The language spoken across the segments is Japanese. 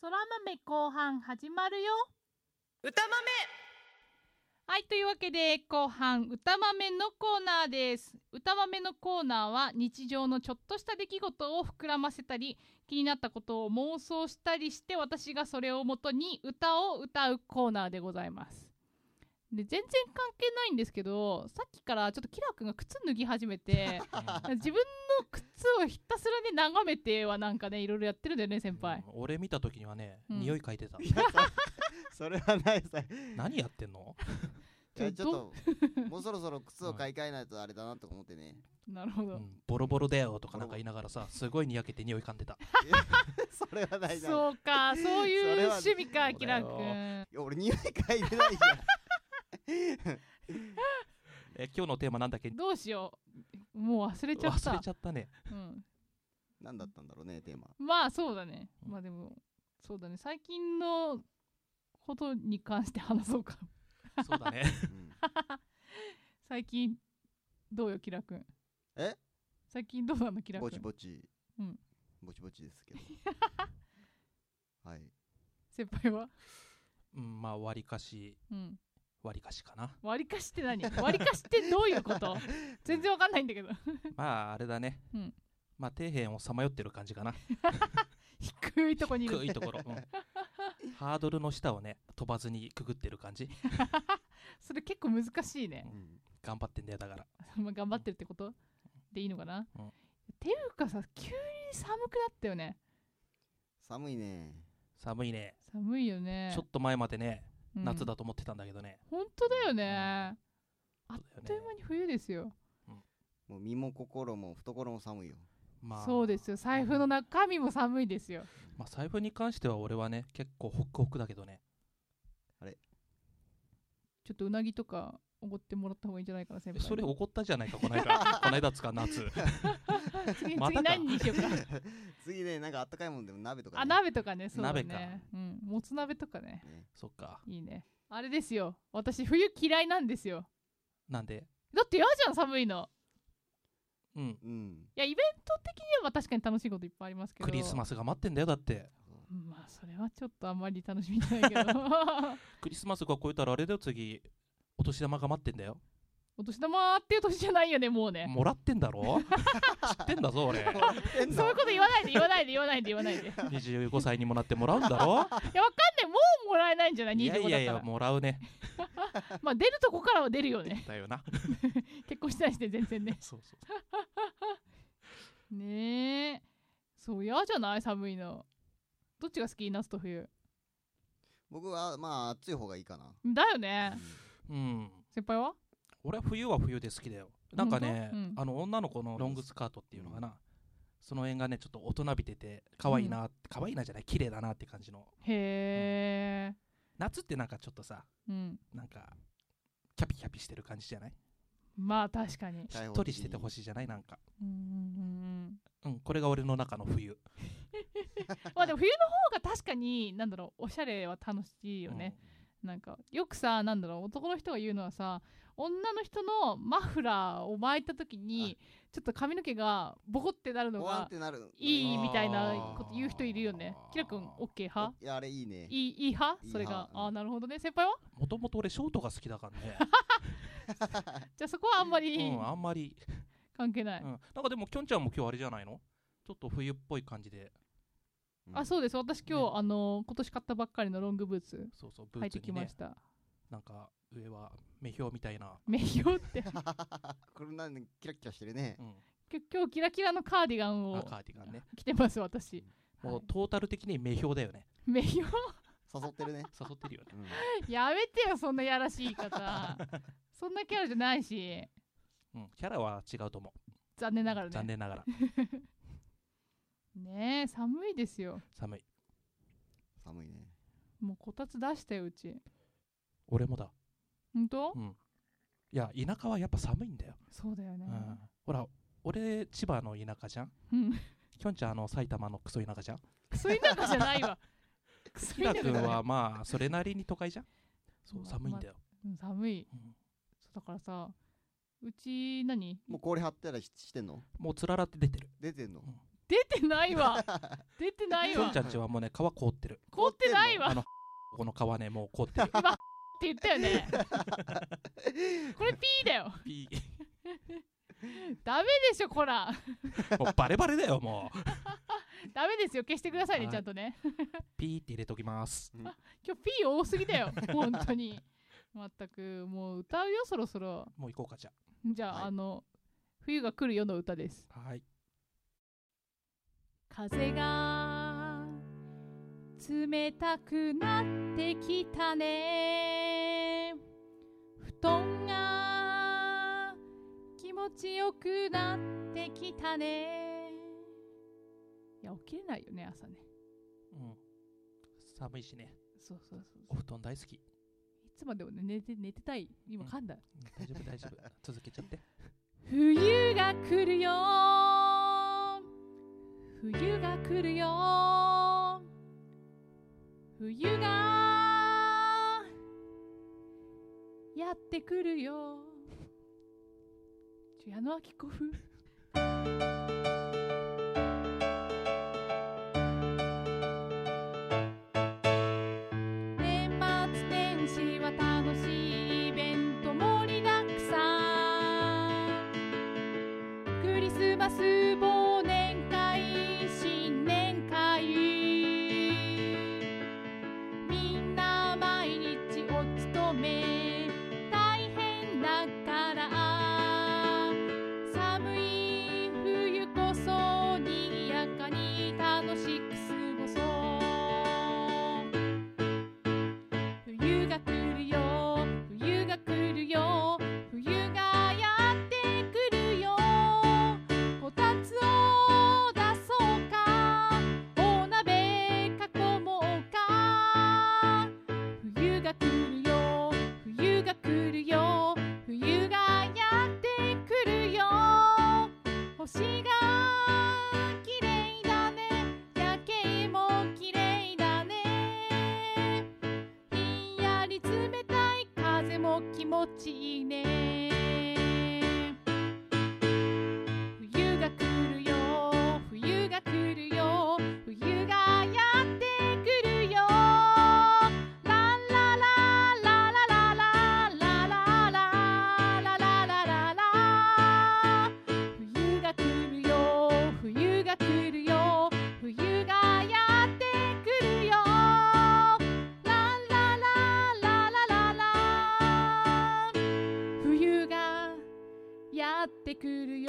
そら豆後半始まるよ歌豆はい、というわけで後半歌豆のコーナーです。歌豆のコーナーは日常のちょっとした出来事を膨らませたり、気になったことを妄想したりして私がそれをもとに歌を歌うコーナーでございます。で全然関係ないんですけどさっきからちょっとキラー君が靴脱ぎ始め て自分の靴をひたすらね眺めてはなんかねいろいろやってるんだよね先輩うん俺見た時にはね、うん匂い嗅いでたいや そそれはないさ何やってんのいやちちょょっっと もうそろそろ靴を買い替えないとあれだなとか思ってねなるほど、うんボロボロだよとかなんか言いながらさすごいにやけて匂い噛んでた それはないないそうかそういそうれは趣味かそうだよキラー君いや俺匂い嗅いでないじえ今日のテーマなんだっけどうしようもう忘れちゃった忘れちゃったねうん、ゃん何だったんだろうねテーマまあそうだねうんまあでもそうだね最近のことに関して話そうか そうだねうん最近どうよキラ君え最近どうなの キラぼち君ぼち、うんぼちぼちですけ どはい先輩はうんまあ割りかしうん割りかしか な割りかしって何割りかしってどういうこと全然わかんないんだけど まああれだね、うんまあ底辺をさまよってる感じかな低いとこにいる低いと ころ、うんハードルの下をね飛ばずにくぐってる感じそれ結構難しいねう、ん頑張ってんだよだから まあ頑張ってるってことでいいのかな、うんっていうかさ急に寒くなったよね寒いね寒いね寒いよねちょっと前までね、うん夏だと思ってたんだけどね本当だよね、あっそうだよねという間に冬ですよ、もう身も心も懐 も寒いよまあそうですよ財布の中身も寒いですよまあ、財布に関しては俺はね結構ホックホクだけどねちょっとうなぎとかおごってもらった方がいいんじゃないかな先輩それ怒ったじゃないかこ の間この間っつうか夏次,、ま次たか何にしよ うか次ねなんかあったかいもんでも鍋とか、ね、あ鍋とかねそうだね鍋かうん、もつ鍋とかねねそっかいいねあれですよ私冬嫌いなんですよなんでだって嫌じゃん寒いのうんうんいやイベント的には確かに楽しいこといっぱいありますけどクリスマスが待ってんだよだってまあそれはちょっとあんまり楽しみじゃないけ どクリスマスが超えたらあれだよ次お年玉が待ってんだよお年玉っていう年じゃないよねもうねもらってん だろ知ってんだぞ 俺そういうこと言わないで言わないで言わないで言わないでいやわ25歳にもなってもらうんだろ かんないもうもらえないんじゃないい25だやったらいやいやもらうねまあ出るとこからは出るよねだ よな結婚してないしね全然ねそうそうねえそう嫌じゃない寒いのどっちが好き夏と冬僕はまあ暑い方がいいかな、だよねうん先輩は俺は冬は冬で好きだよなんか本ね、当うんあの女の子のロングスカートっていうのかな、その辺がねちょっと大人びてて可愛いな、可愛いなじゃない綺麗だなって感じのへえ夏ってなんかちょっとさうんなんかキャピキャピしてる感じじゃないまあ確かにしっとりしててほしいじゃないなんかうんうんうんこれが俺の中の冬うんまあでも冬の方が確かに何だろうおしゃれは楽しいよね、、なんかよくさなんだろう男の人が言うのはさ女の人のマフラーを巻いた時にちょっと髪の毛がボコってなるうんのボワンっがてなるいいみたいなあーこと言う人いるよねキラ君 OK 派いやあれいいねいいいい派いい派それがうんああなるほどね先輩はもともと俺ショートが好きだか らね、じゃあそこはあんまうりん、あんまり、関係ない、うん、なんかでもきょんちゃんも今日あれじゃないのちょっと冬っぽい感じであそうです私今日、ねあの今年買ったばっかりのロングブーツそうそうブ履ーいてツきにまねしたなんか上は目標みたいな、名誉って これなんでキラキラしてるねう、ん、今日今日キラキラのカーディガンあをカーディガンね着てます私もうトータル的に名標だよね。名誉誘ってるね、誘ってる よね。うんやめてよそんなやらしい言い 方そんなキャラじゃないしうん、キャラは違うと思う。残念ながらね残念ながら。ねえ寒いですよ寒い。寒いねもうこたつ出したようち俺もだ。ほんとうん。いや、田舎はやっぱ寒いんだよ。そうだよねうん。ほら、俺、千葉の田舎じゃん。うんきょんちゃん、あの、埼玉のクソ田 舎じゃん。クソ田舎じゃない わクソひ田ら舎くんは、まあ、それなりに都会じゃん。そう、まあ寒いんだよ。うん寒いうんそうだからさうち何もう氷張ったらししてんのもうつららって出てる。出てんの出てないわ出て ないそんわちゃんちはもうね皮凍ってる凍ってない わあっのこの皮ねもう凍っ ててる言ったよ ねこれ P だよピダメでしょこらー もうバレバレだよもうダメですよ消してくださいねはいちゃんとねピーって入れときます今日 P 多すぎだよ 本当にまったくもう歌うよそろそろもう行こうかじゃじゃあ、はいあの冬が来るよの歌ですあはい風が冷たくなってきたね布団が気持ちよくなってきたねいや起きれないよね朝ねうん寒いしねそうそうそうお布団大好きいつまでもね寝て寝てたい今うん噛んだ、大丈夫大丈夫続けちゃって冬が来るよ冬が来るよ冬がやってくるよちょ矢野明子風年末年始は楽しいイベント盛りだくさんクリスマス忘年会新年会みんな毎日お勤め大変だから寒い冬こそにぎやかに楽しく過ごそう冬が来るよ冬が来るよ冬がやってくるよこたつを出そうかお鍋囲もうか冬が来るよ冬が来るよ冬がやってくるよ星が綺麗だね夜景も綺麗だねひんやり冷たい風も気持ちいいね冬が来るよ冬が来るよ冬がやってくるよラララララララララララララララ冬が来るよ冬が来るよ冬がやってくるよラララララララ冬がやってくるよ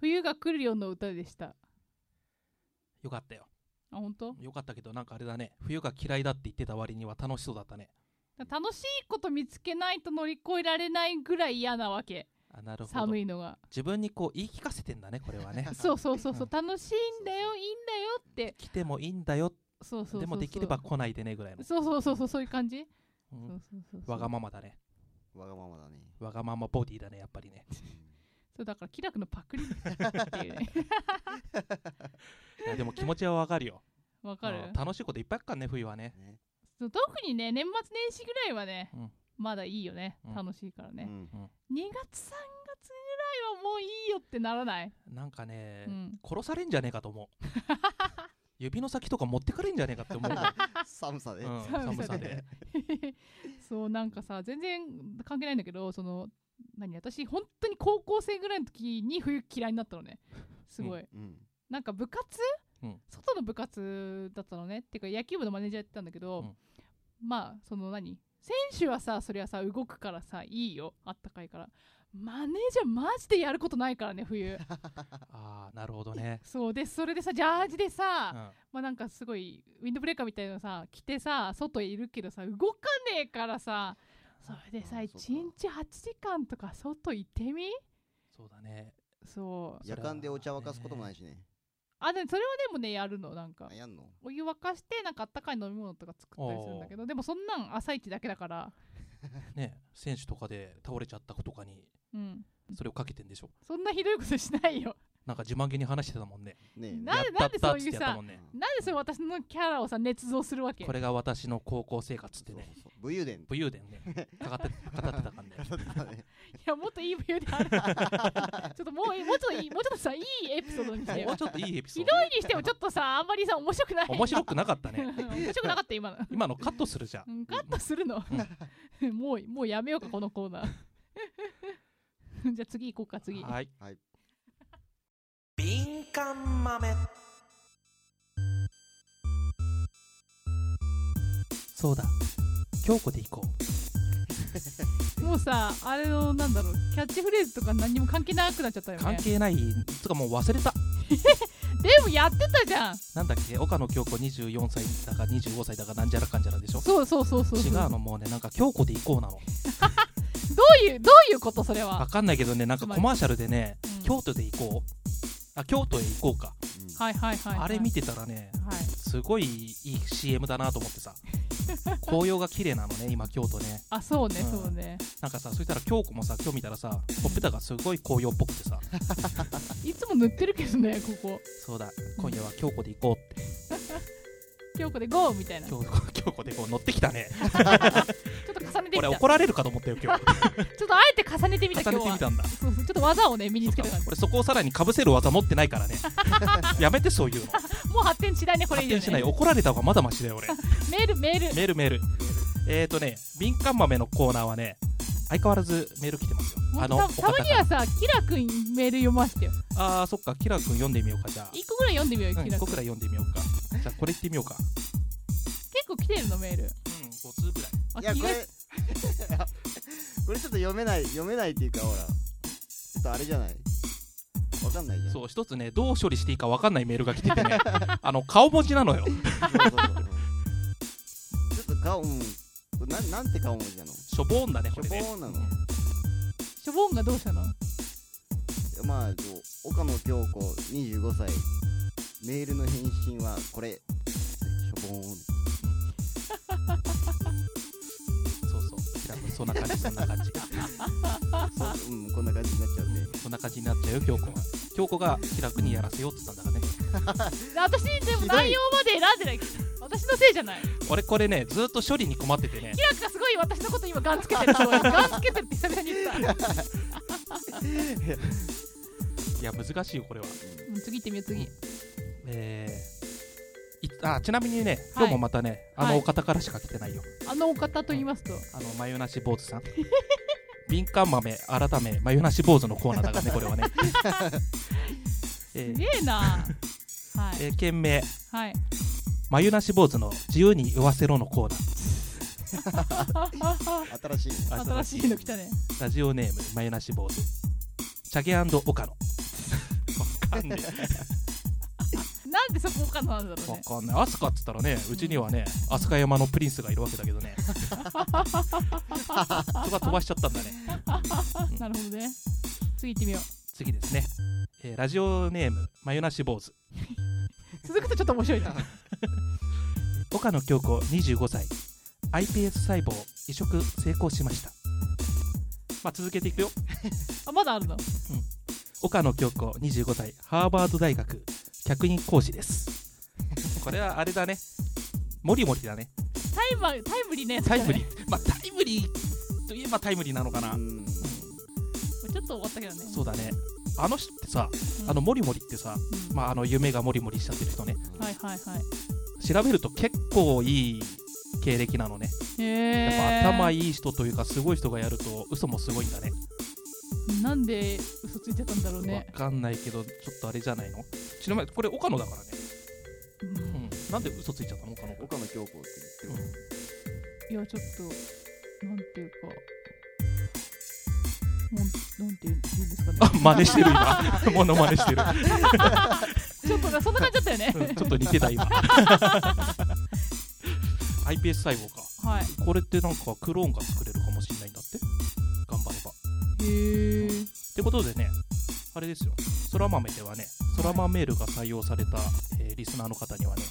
冬が来るよの歌でした。よかったよあ、本当？よかったけどなんかあれだね冬が嫌いだって言ってた割には楽しそうだったね楽しいこと見つけないと乗り越えられないぐらい嫌なわけあなるほど寒いのが自分にこう言い聞かせてんだねこれ はね そうそうそうそうう楽しいんだよいいんだよって来てもいいんだよそうそうそうそうでもできれば来ないでねぐらいの、そうそうそうそうそういう感じうそんうそうそうそうわがままだね わがままだ ね。わがままボディだねやっぱりねそうだから気楽のパクリっていう ねいやでも気持ちはわかるよわかるうん楽しいこといっぱいあっからね冬はねねそう特にね年末年始ぐらいはねうんまだいいよねうん楽しいからうね ん2月3月ぐらいはもういいよってならないなんかね、うん殺されんじゃねえかと 思う指の先とか持ってかれんじゃねえかって思うぐらい、寒さで。うん、寒寒ささででそうなんかさ全然関係ないんだけどその何私本当に高校生ぐらいの時に冬嫌いになったの ねすごい、うん。なんか部活、うん外の部活だったのねっていうか野球部のマネージャーやってたんだけど、うんまあその何選手はさそりゃさ動くからさいいよあったかいからマネージャーマジでやることないからね 冬ああなるほどね、そうでそれでさジャージでさ、うん、ま あなんかすごいウィンドブレーカーみたいなのさ着てさ外いるけどさ動かねえからさそれでさあ1そうか日8時間とか外行ってみそうだねそう夜間でお茶沸かすこともないしね。あでもそれはでもねやるのなんかあ、やんのお湯沸かしてなんかあったかい飲み物とか作ったりするんだけどでもそんなん朝一だけだからね選手とかで倒れちゃった子とかにうんそれをかけてんでしょそんなひどいことしないよなんか自慢げに話してたもんねねえなんやっでたったなんっでそういうつってさやったもんねうんなんでそれ私のキャラをさ捏造するわけこれが私の高校生活ってねそうそう武勇伝 武勇伝ね語って語ってたからねそうだねいやもっといい武勇である ちょっともうもうちょっといいもうちょっとさい いエピソードにしてよもうちょっといいエピソひーどドいにしてもちょっとさあんまりさ面白くない面白くなかったねうん面白くなかった今の今のカットするじゃんうんカットするの、もうもうやめようかこのコー ナーじゃあ次行こうか次はい敏感豆そうだ京子で行こもうさあれのなんだろうキャッチフレーズとか何にも関係なくなっちゃったようね関係ないつうかもう忘れたでもやってたじゃんなんだっけ岡野京子24歳だか25歳だかなんじゃらかんじゃらでしょそうそうそうそう違そううどのもうねなんか京子で行こうなのういうどういうことそれはわかんないけどねなんかコマーシャルでねうん京都で行こうあ京都へ行こうかはいはいはい、はい、あれ見てたらねはいすごいいい CM だなと思っ てさ紅葉が綺麗なのね今京都ねあそうね、うんそうねなんかさそしたら京子もさ今日見たらさほっぺたがすごい紅葉っぽくてさいつも塗ってるけどねここそうだ今夜は京子で行こうって京子でゴーみたいなちょ京子 京子でこう乗ってきたねっと重ねてみた俺怒られるかと思ったよ 今日ちょっとあえて重ねてみた重今日ねてみはたんだそうそうちょっと技をね身につけたそ感っか俺そこをさらにかぶせる技持ってな いからねやめてそういうのじもう発展しないねこれ以発上、ね、展しない怒られた方がまだマシだよ俺メールメールメールメールえーとね敏感豆のコーナーはね相変わらずメール来てますよあのたおたま方にからはさキラ君メール読ませてよあーそっかキラ君読んでみようかじゃあ一個ぐらい読んでみようようんキ一ラ個君くらい読んでみようかじゃあこれ言ってみようか結構来てるのメールうん5通ぐらいあいや気こがれ これちょっと読めない読めないっていうかほらちょっとあれじゃないわかんないじゃんそう一つねどう処理していいか分かんないメールが来て てねあの顔文字なのよそうそうそうそうちょっと顔うんこれなんなんて顔文字なのししょぼーんだねこょれぼねーなのショボンがどうしたのまあそう岡野京子25歳メールの返信はこれしょぼーんそうそうキラ君そんな感じそんな感 じ そううんこんな感じになっちゃうねそんな感じになっちゃうよ京子は京子がキラ君にやらせようって言ったんだからね私でも内容まで選んでない私のせいじゃない俺これねずーっと処理に困っててねキラ君がすごい私のこと今ガンつけてるす ごいガンつけてるって久々に言った、いや難しいよこれはうん、次行ってみよう次えーいあちなみにねはい今日もまたね、あはのいお方からしか来てないよ、あのお方と言いますとあのマヨナシ坊主さん 敏感豆改めマヨナシ坊主のコーナーだからねこ れはね、えすーげえなはいえー、件名はい眉なし坊主の自由に言わせろのコーナー新しいね新しいの来たねラジオネーム眉なし坊主チャゲ岡野わかんねなんでそこかなんだろえう わねかんないアスカっつったらねうちにはね飛鳥山のプリンスがいるわけだけど ねそこは飛ばしちゃったんだねなるほどね次行ってみよう次ですね、えーラジオネーム眉なし坊主続くとちょっと面白いな岡野京子25歳 iPS 細胞移植成功しましたまあ続けていくよあまだあるの岡野京子25歳ハーバード大学客員講師です これはあれだねもりもりだねタイマータイムリーなやつタイムリリーまあタイムリーといえばタイムリーなのかな、うんーちょっと終わったけどねそうだねあの人ってさ、うんあのもりもりってさ、うんまあ、あの夢がもりもりしちゃってる人ねはいはいはい調べると結構いい経歴なのねへやっえぱ頭いい人というかすごい人がやると嘘もすごいんだねなんで嘘ついてたんだろうわねかんないけどちょっとあれじゃないのちなみにこれ岡野だからね、うん、なんで嘘ついちゃったの岡野岡野京子って言ってるいやちょっとなんていうかもんなんていうん言うんですかねあ真似してる今モノマネしてる、ちょっとねそんな感じだったようんねちょっと似てた今 iPS 細胞かはいこれってなんかクローンが作れるかもしれないんだって頑張ればっへえてことでねあれですよそら豆ではねそら豆メールが採用された、えーリスナーの方にはね、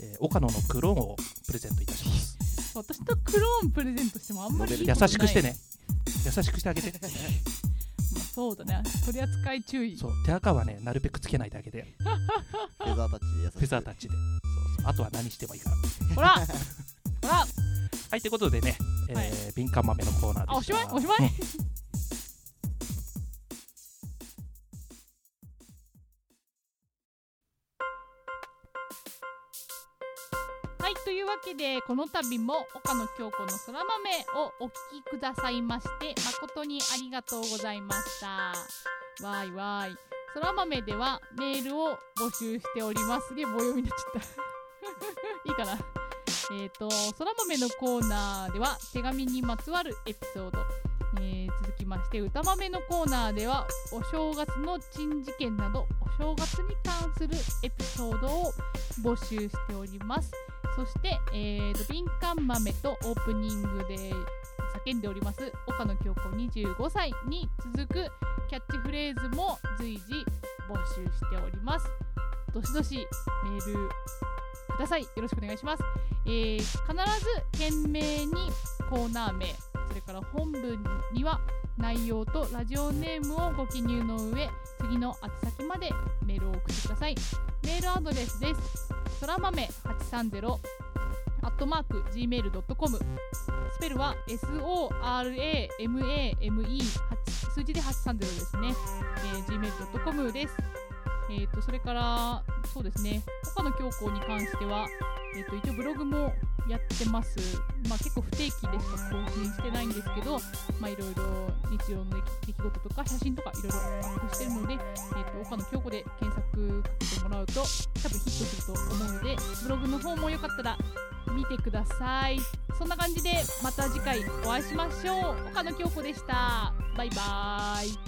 えー岡野のクローンをプレゼントいたします私とクローンプレゼントしてもあんまりいいこと優ない しくしてね優しくしてあげてまあそうだね取り扱い注意そう手垢はねなるべくつけないだけでフェザータッチで優しくフェザータッチでそうそうあとは何してもいいからほらほらはいということでね、えーはい敏感豆のコーナーでしたあおしまいおしまいはいというわけでこの度も岡野京子のそら豆をお聞きくださいまして誠にありがとうございましたわいわいそら豆ではメールを募集しておりますすげえ棒読みになっちゃった いいかなえっ、と、そら豆のコーナーでは手紙にまつわるエピソード。えー続きまして、歌豆のコーナーではお正月の珍事件などお正月に関するエピソードを募集しております。そして、えーと、敏感豆とオープニングで叫んでおります岡野京子25歳に続くキャッチフレーズも随時募集しております。どしどしメールください。よろしくお願いします。えー必ず件名にコーナー名それから本文には内容とラジオネームをご記入の上次の宛先までメールを送ってくださいメールアドレスですそら豆830アットマーク gmail.com スペルは soramame 数字で830ですね、えー gmail.com ですえー、とそれからそうですね他の教皇に関してはえっと一応ブログもやってます、まあ、結構不定期でしか更新してないんですけど、まあ、いろいろ日常の出来出来事とか写真とかいろいろアップしてるので、えっと岡野京子で検索かけてもらうと多分ヒットすると思うのでブログの方もよかったら見てくださいそんな感じでまた次回お会いしましょう岡野京子でしたバイバーイ